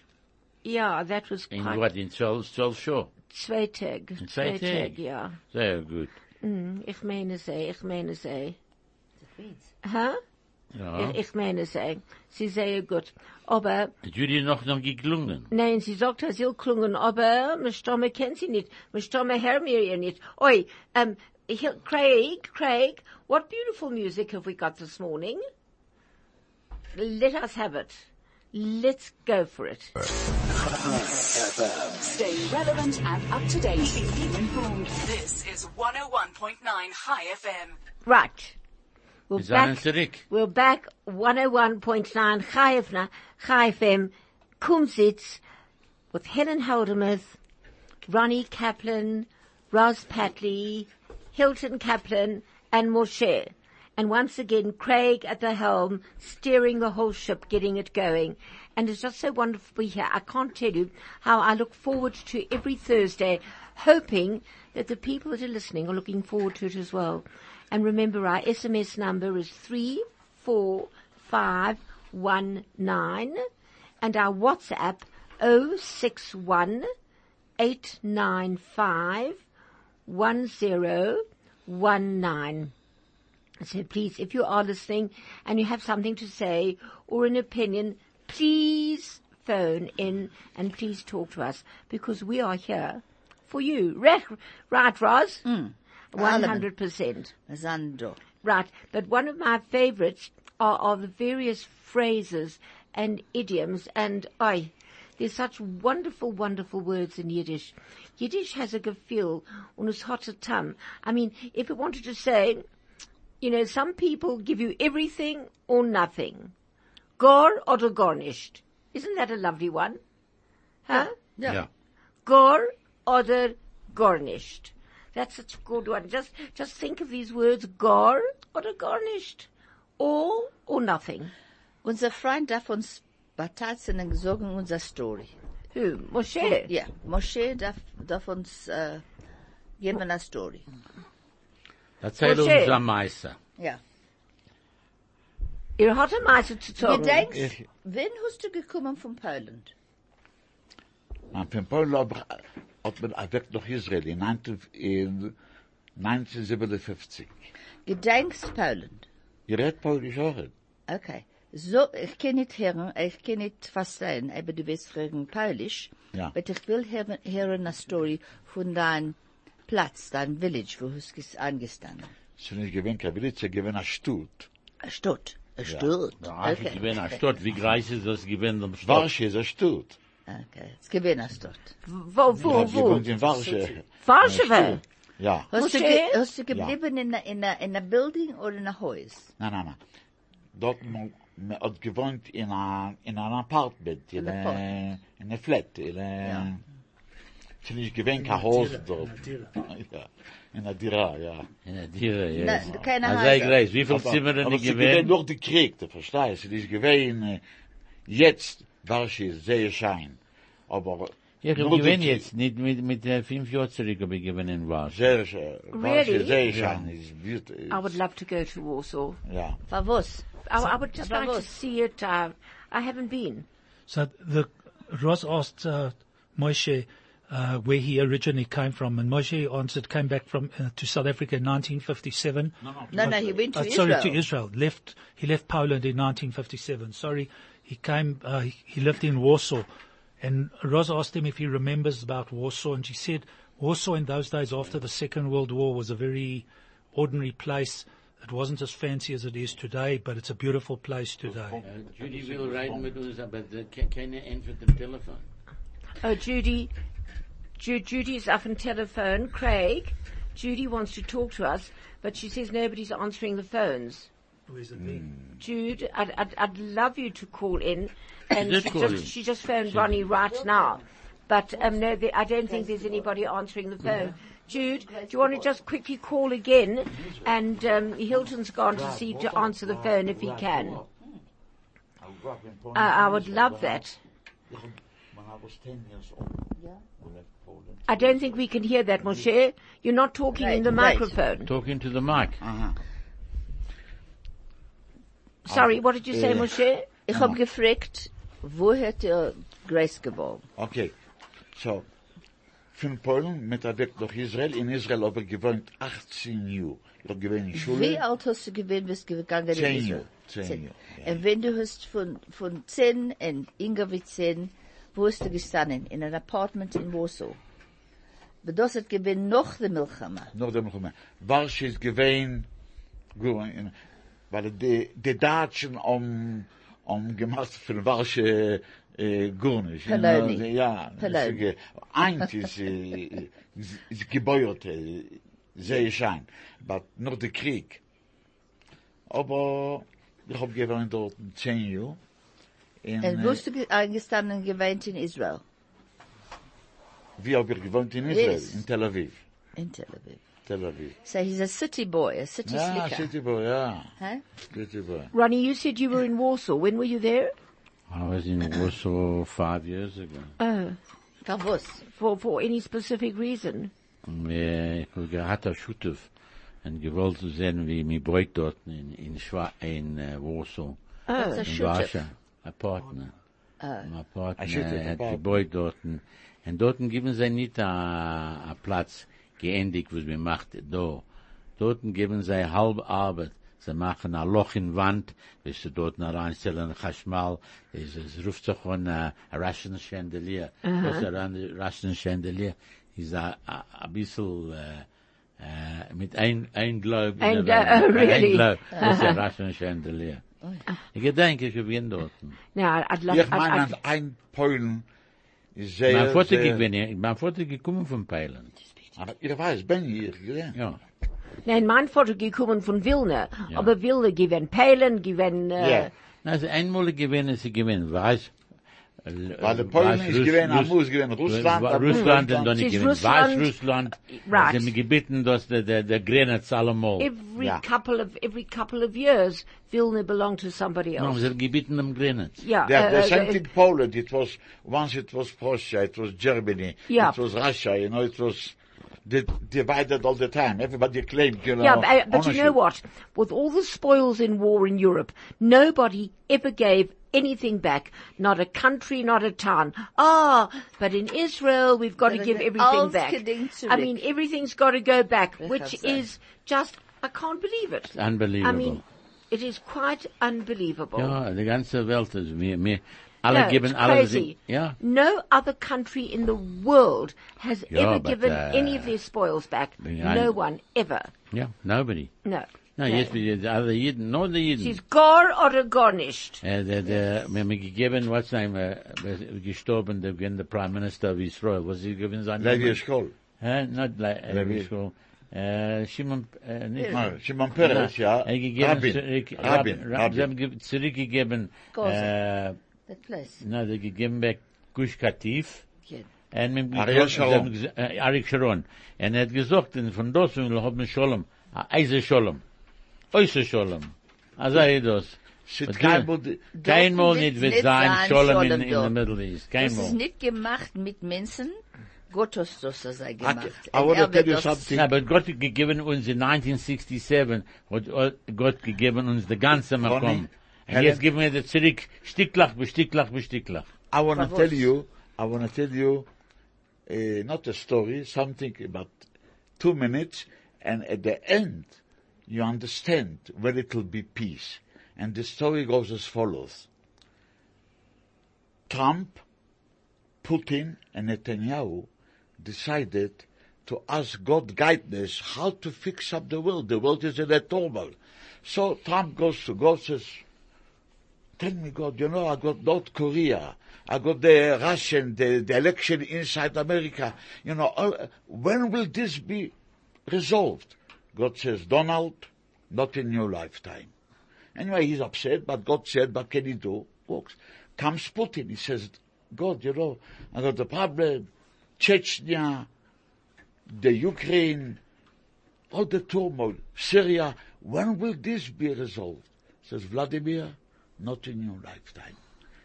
yeah, that was In quite, what, in 12, 12 Show? zwei Tag. Zwei Tag. yeah. Sehr gut. Ich meine sie, ich meine sie. Huh? Ja. Ich, ich meine sie. Sie sehr gut. Aber, Judy noch, noch geklungen. nein, sie sagt, dass sie klungen, aber, meine Stamme kennt sie nicht. Meine Stamme hört mir ihr nicht. Oi, um, Craig, Craig, what beautiful music have we got this morning? Let us have it. Let's go for it. Stay relevant and up to date. informed. This is 101.9 High FM. Right. We're Wir sind back. zurück. We're back 101.9 Chai Fna- Chai FM Kumsitz with Helen Holdermuth, Ronnie Kaplan, Roz Patley, Hilton Kaplan and Moshe. And once again, Craig at the helm, steering the whole ship, getting it going. And it's just so wonderful to be here. I can't tell you how I look forward to every Thursday, hoping that the people that are listening are looking forward to it as well. And remember, our SMS number is 34519 and our WhatsApp 061 1019. So please, if you are listening and you have something to say or an opinion, please phone in and please talk to us because we are here for you. Right, right Roz? 100%. Zando. Right. But one of my favorites are, are the various phrases and idioms and I. There's such wonderful, wonderful words in Yiddish. Yiddish has a gefühl und es hat a tum. I mean, if you wanted to say, you know, some people give you everything or nothing. Gor oder gar nicht. Isn't that a lovely one? Huh? Ja. Gor oder gar nicht. That's such a good one. Just, just think of these words, gor oder gar nicht. All or nothing. Unser Freund darf uns Bataitzen und sagen unser Story. Who? Moshe. Ja, Moshe darf, darf uns äh, geben eine Story. Erzähl Okay. uns am Meister. Ja. Ihr hat am Eise zu Du sagen. denkst, wen hast du gekommen von Poland? Man von Polen hat- hat man weg nach Israel in 19 in 1957. Gedenkst Poland. Ihr redet Polisch auch. Okay. So, ich kann nicht hören, ich kann nicht verstehen, aber du wirst fragen Polish. Ja. Aber ich will hören, hören eine Story von deinem Platz, deinem Village, wo du bist angestanden. Sie sind nicht gewinnt, kein Blitz, sie gewinnt ein Stut. Ein Stadt. Ein Stadt. Ja, ich gewinn a Stott, wie greis ist das gewinn am Stott? Warsche ist ein Stut. Okay, es gewinnt ein Stadt. Wo, Ja, wo, die wo? wohnt in Warsche. Warschewe. Ja. Hast Moshe? du, ge hast du geblieben in a, in a, in a building oder in a Haus? Nein, nein, nein. Dort man, man hat gewohnt in a, in an apartment, in An a, in a flat, in a, Ja. Sie sind nicht gewinnt, kein Haus Dira, dort. in Ja, in a Dira, ja. In der Tiere, ja. Na, keine Na, Haare. sei greis, wie viel Aber- Zimmer denn aber ich sie gewähnt gewinn? noch die Krieg, du verstehst, sie ist gewähnt, äh, jetzt war sie sehr schein. Aber Ja, ich nur die gewinn Krieg, jetzt, nicht mit, mit äh, fünf Jahren zurück, aber ich gewinn in Warsch. Sehr, sehr, war Really? sie sehr schein. Ist, wird, ist, I would love to go to Warsaw. ja. Für was? I, I would just But like to look. see it. Uh, I haven't been. So the Ross asked uh, Moshe uh, where he originally came from, and Moshe answered, came back from uh, to South Africa in 1957. No, no, he went to Uh, Israel. sorry, to Israel. Left. He left Poland in 1957. Sorry, he came. Uh, he, he lived in Warsaw, and Roz asked him if he remembers about Warsaw, and she said Warsaw in those days after the Second World War was a very ordinary place. It wasn't as fancy as it is today, but it's a beautiful place today. Mm. Judy will reden mit uns, aber keine Antwort am Telefon. Oh, Judy. Ju- Judy's up on telephone. Craig. Judy wants to talk to us, but she says nobody's answering the phones. Where's it been? Jude, I'd, I'd, I'd love you to call in. And did she, call just, in. she just phoned Ronnie right now. But um, no, the, I don't think there's anybody answering the phone. Jude, do you want to just quickly call again? And um, Hilton's gone to see to answer the phone if he can. Oh, Uh, I I would love that. When I was 10 years old, we left Poland. I don't think we can hear that, Moshe. You're not talking in the Right, right. microphone. Talking to the mic. Sorry, what did you say, Moshe? Ich hab gefragt, wo hat er Grace gewohnt? Okay. So, von Polen mit der Weg nach Israel. In Israel er habe ich gewohnt 18 Jahre. Ich habe gewohnt in Schule. Wie alt hast du gewesen, bist gegangen in Zehn Israel? Jahre. Zehn Jahre, ja. Und wenn du hast von, von zehn und Inga wie zehn, wo hast du gestanden? In einem Apartment in Warsaw. Aber das hat gewesen noch die Milchama. Nur dem Rumme. Warsch ist gewähn, gewähn, weil die, die Datschen um, um gemacht für Warsch, äh, äh, Gurnisch. Poloni. Ja. Poloni. sie ge- Eint ist, äh, ist- ist gebäuert, äh, sehr schein. Aber nur der Krieg. Aber ich hab gewohnt dort zehn Jahre. In, Und wo äh, hast du ge- eingestanden und gewohnt in Israel? äh, wie hab ich gewohnt in Israel, Yes. in Tel Aviv. In Tel Aviv. Tel Aviv. So he's a city boy, a city Ja, slicker. City Boy, ja. Huh? City Boy. Ronnie, you said you were in Warsaw. When were you there? I was in Warsaw five years ago. For was? For, for any specific reason? Mir Äh, gehabt a Schuttef und gewollt zu sehen, wie mir Beut dort in, in, Schwa in äh, Warsaw, That's a in shooter. Ah. Warschau, ein Partner. Mein Ein Schuttef, Partner ein hat Partner. Gebäude dort. Und dort geben sie nicht a, a Platz geendigt, was wir macht da. Dort geben sie halb Arbeit. Sie machen ein Loch in Wand, bis sie dort noch reinstellen, Chashmal, es, es ruft sich von äh, ein Russian Chandelier. Das ist ein Russian Chandelier. Ist ein, ein, ein bisschen, äh, äh, mit ein, ein Globe. in Ein der Glo- Wand. oh, really? Ein Globe. Das ist ein Russian Chandelier. Ich denke, ich bin dort. Now, I'd love. Ich I'd- meine, I'd- an ein Polen ist sehr, Mein Vater sehr- gekommen, mein Vater gekommen von Polen. Aber ihr weiß, bin hier, ja. Ja. Nein, mein Vater gekommen von Wilna, Ja. aber Wilna gewinnt Pelen, gewinnt, äh, Ja. Also einmal gewinnen sie gewinnen, weiß. äh, Weil der Polen ist gewesen, er muss gewinnen, Russland, er muss Russland und Russland. dann nicht Sie ist gewinnen. Weiß Russland. Äh, Russland. Right. Sie haben gebeten, dass der, der, der Grenz allemal. every Ja. couple of, every couple of years, Wilna belonged to somebody No, else. sie haben um gebeten am Grenz. yeah, Yeah, uh, the uh, same uh, thing Poland, it was, once it was Prussia, it was Germany, Yeah. it was Russia, you know, it was di- divided all the time. Everybody claimed, you know, yeah, but, uh, but you ownership. know what? With all the spoils in war in Europe, nobody ever gave anything back. Not a country, not a town. Ah, but in Israel, we've got to But give it's everything all back. skidding to I it. mean, everything's got to go back, That's which right. is just, I can't believe it. Unbelievable. I mean, It is quite unbelievable. Ja, die ganze Welt ist mir, mir, alle No, geben, it's alle crazy. sind- ja. No other country in the world has Yeah, ever but, given uh, any of their spoils back. yeah, no I- one ever. Ja, nobody. No. No, yes, but the other Yidden, no the Yidden. She's gar oder gar nicht. Uh, the, the, we have given, what's name, uh, gestorben, the, the Prime Minister of Israel, was he given sein Levi name? Eshkol. Huh? Not like, uh, Levi. Yishkol. Uh, Shimon, uh, nicht- No, Shimon Peres, ja. Er gegeben, Rabin, zurück, Rabin, Rabin, Sie haben Rabin. ge- zurückgegeben, Gaza. äh, That place. na, sie gegeben weg Gush Katif. Er Yeah. En men Ariel Sharon. Ariel äh, Sharon. En er hat gesagt, en von das will haben wir Shalom. A Ah, Eise Shalom. Eise Shalom. Also er das. Shit, Was kein du- Bud- Kein Dürfen Mal nicht- nicht wird nicht sein sein Shalom in, Shalom in dort. the Middle East. Kein Das ist Mal. nicht gemacht mit Menschen. Gott hat das so sei Okay, gemacht. I And wanna er tell wird you das- something. Ja, aber Gott hat gegeben uns in 1967, hat äh, Gott gegeben uns die ganze Makom. Und Helen. jetzt geben wir das zurück, Stücklach, bei Stücklach, bei Stücklach. I want to Favos. tell you, I want to tell you, uh, not a story, something about two minutes, and at the end, you understand where it will be peace. And the story goes as follows. Trump, Putin, and Netanyahu decided to ask God guidance how to fix up the world. The world is in a turmoil. So Trump goes to God, says, Tell me, God, you know, I got North Korea. I got the Russian, the, the election inside America. You know, all, when will this be resolved? God says, Donald, not in your lifetime. Anyway, he's upset, but God said, what can he do? Works. Comes Putin. He says, God, you know, I got the problem. Chechnya, the Ukraine, all the turmoil, Syria, when will this be resolved? Says Vladimir, not in your lifetime.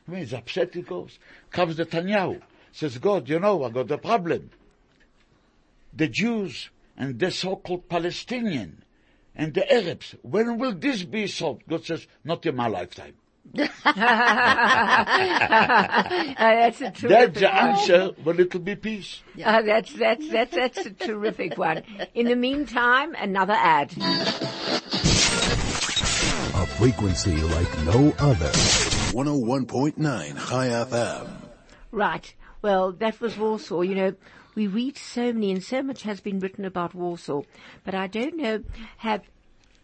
I mean, he's upset, he goes. Comes Netanyahu, says, God, you know, I got a problem. The Jews and the so-called Palestinian and the Arabs, when will this be solved? God says, not in my lifetime. Uh, that's a That's terrific the one. answer when it will be peace. Uh, that's, that's, that's, that's a terrific one. In the meantime, another ad. A frequency like no other. 101.9 High FM. Right. Well, that was Warsaw. You know, we read so many and so much has been written about Warsaw, but I don't know, have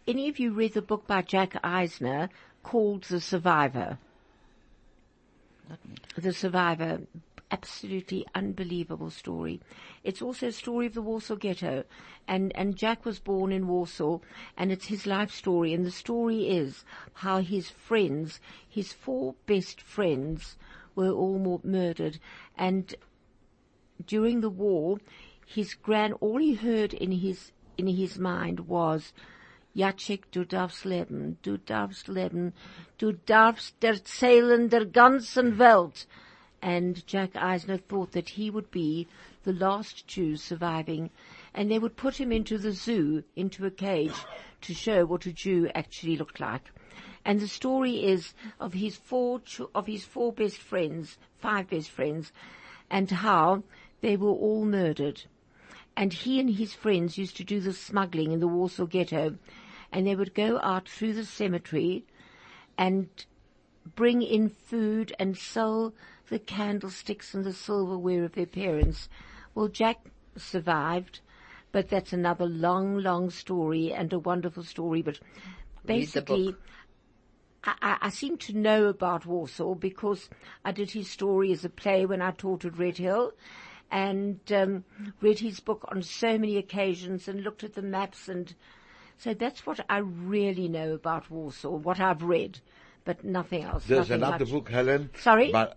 any of you read the book by Jack Eisner called The Survivor? The Survivor. Absolutely unbelievable story. It's also a story of the Warsaw Ghetto and, and Jack was born in Warsaw and it's his life story and the story is how his friends, his four best friends were all mu- murdered and during the war, his grand, all he heard in his, in his mind was, Jacek, du darfst leben, du darfst leben, du darfst erzählen der ganzen Welt. And Jack Eisner thought that he would be the last Jew surviving and they would put him into the zoo, into a cage to show what a Jew actually looked like. And the story is of his four, ch- of his four best friends, five best friends, and how they were all murdered. And he and his friends used to do the smuggling in the Warsaw ghetto, and they would go out through the cemetery and bring in food and sell the candlesticks and the silverware of their parents. Well, Jack survived, but that's another long, long story and a wonderful story, but Read the book. basically, I, I, I seem to know about Warsaw because I did his story as a play when I taught at Red Hill and um, read his book on so many occasions and looked at the maps and so that's what I really know about Warsaw, what I've read, but nothing else. There's nothing another much. book, Helen. Sorry? By,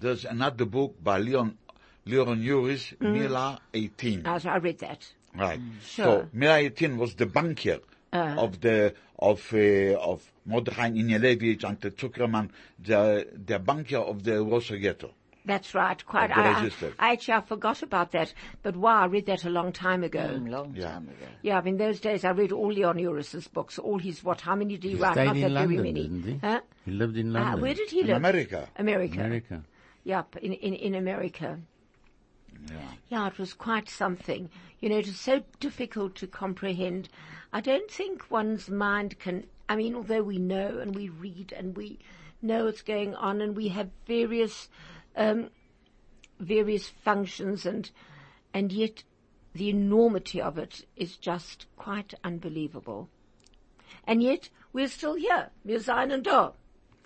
there's another book by Leon, Leon Uris, Mm. Mila 18. I, I read that. Right. Uh, mm, Sure. Uh. So Mirayatin was the banker of the of uh, of Mordechai Inelevich and the Zuckerman, the the banker of the Warsaw Ghetto. That's right. Quite. Of the I, I- register. I actually I forgot about that, but wow, I read that a long time ago. Long, long Yeah. time ago. Yeah, I mean, those days I read all Leon Uris's books, all his what? How many did he write? Not Stayed that in very London, many. didn't he? Huh? He lived in Uh, London. where did he In live? America. America. America. Yep, in, in, in America. Yeah. it was quite something. You know, it is so difficult to comprehend. I don't think one's mind can I mean, although we know and we read and we know what's going on and we have various, um, various functions and, and yet the enormity of it is just quite unbelievable. And yet we're still here. Wir sein und da.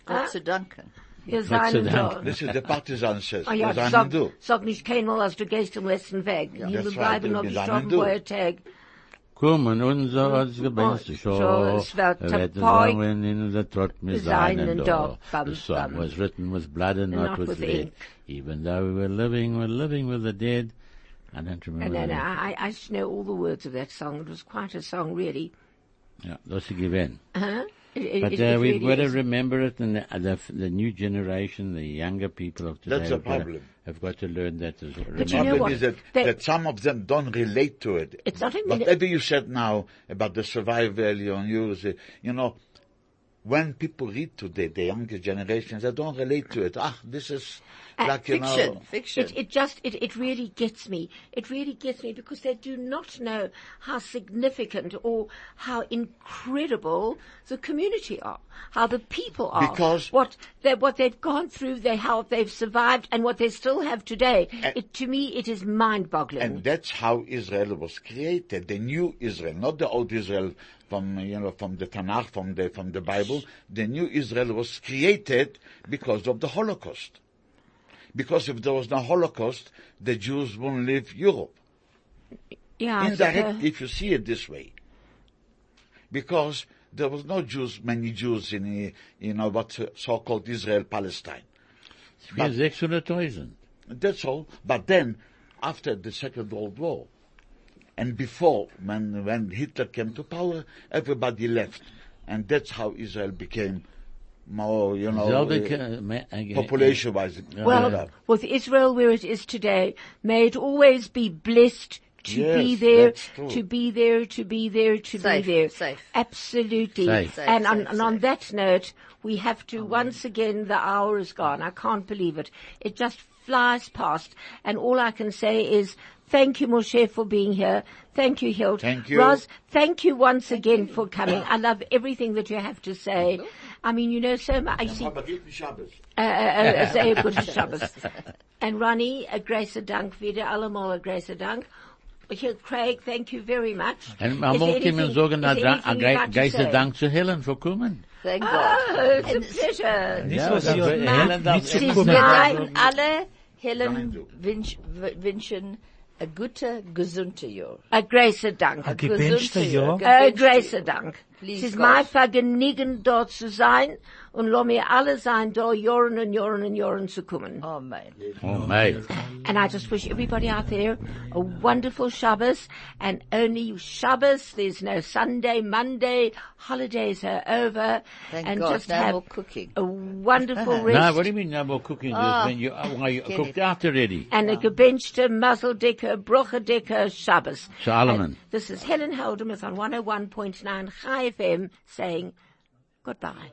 Gott sei Dank. Wir Gott sein sei und da. Dank. This is the partisan says. Ah ja, wir seien sag, du. sag nicht keinmal, als du gehst im Westen weg. Wir das bleiben war- auf wir dem sagen Schaumboyer Tag. Kommen unser als Oh, Gebenste so, Show, es wird wird Tag- sagen, in der Trott mit Seinen seinen Tag. Dog. Bam, The song bam. was written with blood and And not with ink. Even though we were living, we're living with the dead. I don't And remember. then uh, the- Mm. I, I just know all the words of that song. It was quite a song, really. Yeah, those are given. Huh? It- it- But it- uh, it we've really got to is. remember it, and the, the, the new generation, the younger people of today, That's the have got to- problem. have got to learn that as well. But you know problem what? is that, They- that some of them don't relate to it. It's not a minute- Whatever you said now about the survival value on use, uh, you know, when people read today, the younger generations, they don't relate to it. Ah, this is like, you Fiction, know, fiction. It, it just, it, it really gets me. It really gets me because they do not know how significant or how incredible the community are, how the people are, Because- what they, what they've gone through, they, how they've survived and what they still have today. And- it, to me, it is mind boggling. and that's how Israel was created. The new Israel, not the old Israel from, you know, from the Tanakh, from the, from the Bible. The new Israel was created because of the Holocaust. Because if there was no Holocaust, the Jews wouldn't leave Europe. yeah, uh, I indirect suppose. if you see it this way. Because there was no Jews, many Jews in, uh, you know, what uh, so-called Israel, Palestine. We're 600,000. Oh, That's all. But then, after the Second World War, and before, when, when Hitler came to power, everybody left. And that's how Israel became more, you know, uh, population-wise. Well, Yeah. with Israel where it is today, may it always be blessed to Yes, be there, that's true. to be there, to be there, to Safe, be there. safe. Absolutely. Safe. Safe, and on, safe, and on safe. that note, we have Oh, to once again, the hour is gone. I can't believe it. It just flies past. And all I can say is, Thank you, Moshe, for being here. Thank you, Hilt. Thank you. Roz, thank you once again for coming. I love everything that you have to say. I mean, you know so much. I see, Aber guten Shabbos. äh, äh, sehr gutes Schabbos. And Ronnie, a großer Dank wieder, allemal a großer Dank. Hier, Craig, thank you very much. And I Is want there him and anything- sagen, is there anything you'd like to say? Dank zu Helen for kommen. Thank God. Oh, it's a pleasure. This Ja, was das war- your Helen darf Mitzukommen. endlich Sie Nein, nein, alle Helen Nein, wünsch- w- wünschen a gute, gesunde Jahr. a großer Dank. Okay. Gewünschte Gesunde Jahr. A gewünschte großer Jahr. Äh, Dank. Es Please ist God. mein Vergnügen, dort zu sein und lass mir alle sein, da Jahren und Jahren und Jahren zu kommen. Amen. Oh, mate. And I just wish everybody out there a wonderful Shabbos and only Shabbos. There's no Sunday, Monday. Holidays are over. Thank and God, just no have more cooking. a wonderful rest. No, what do you mean no more cooking? Just when you, oh, you Ah. get cooked it. out already. and a gebenchte, mazeldikke, brochedikke Shabbos. Solomon. And oh this is Helen Holdermuth on 101.9 High FM saying goodbye.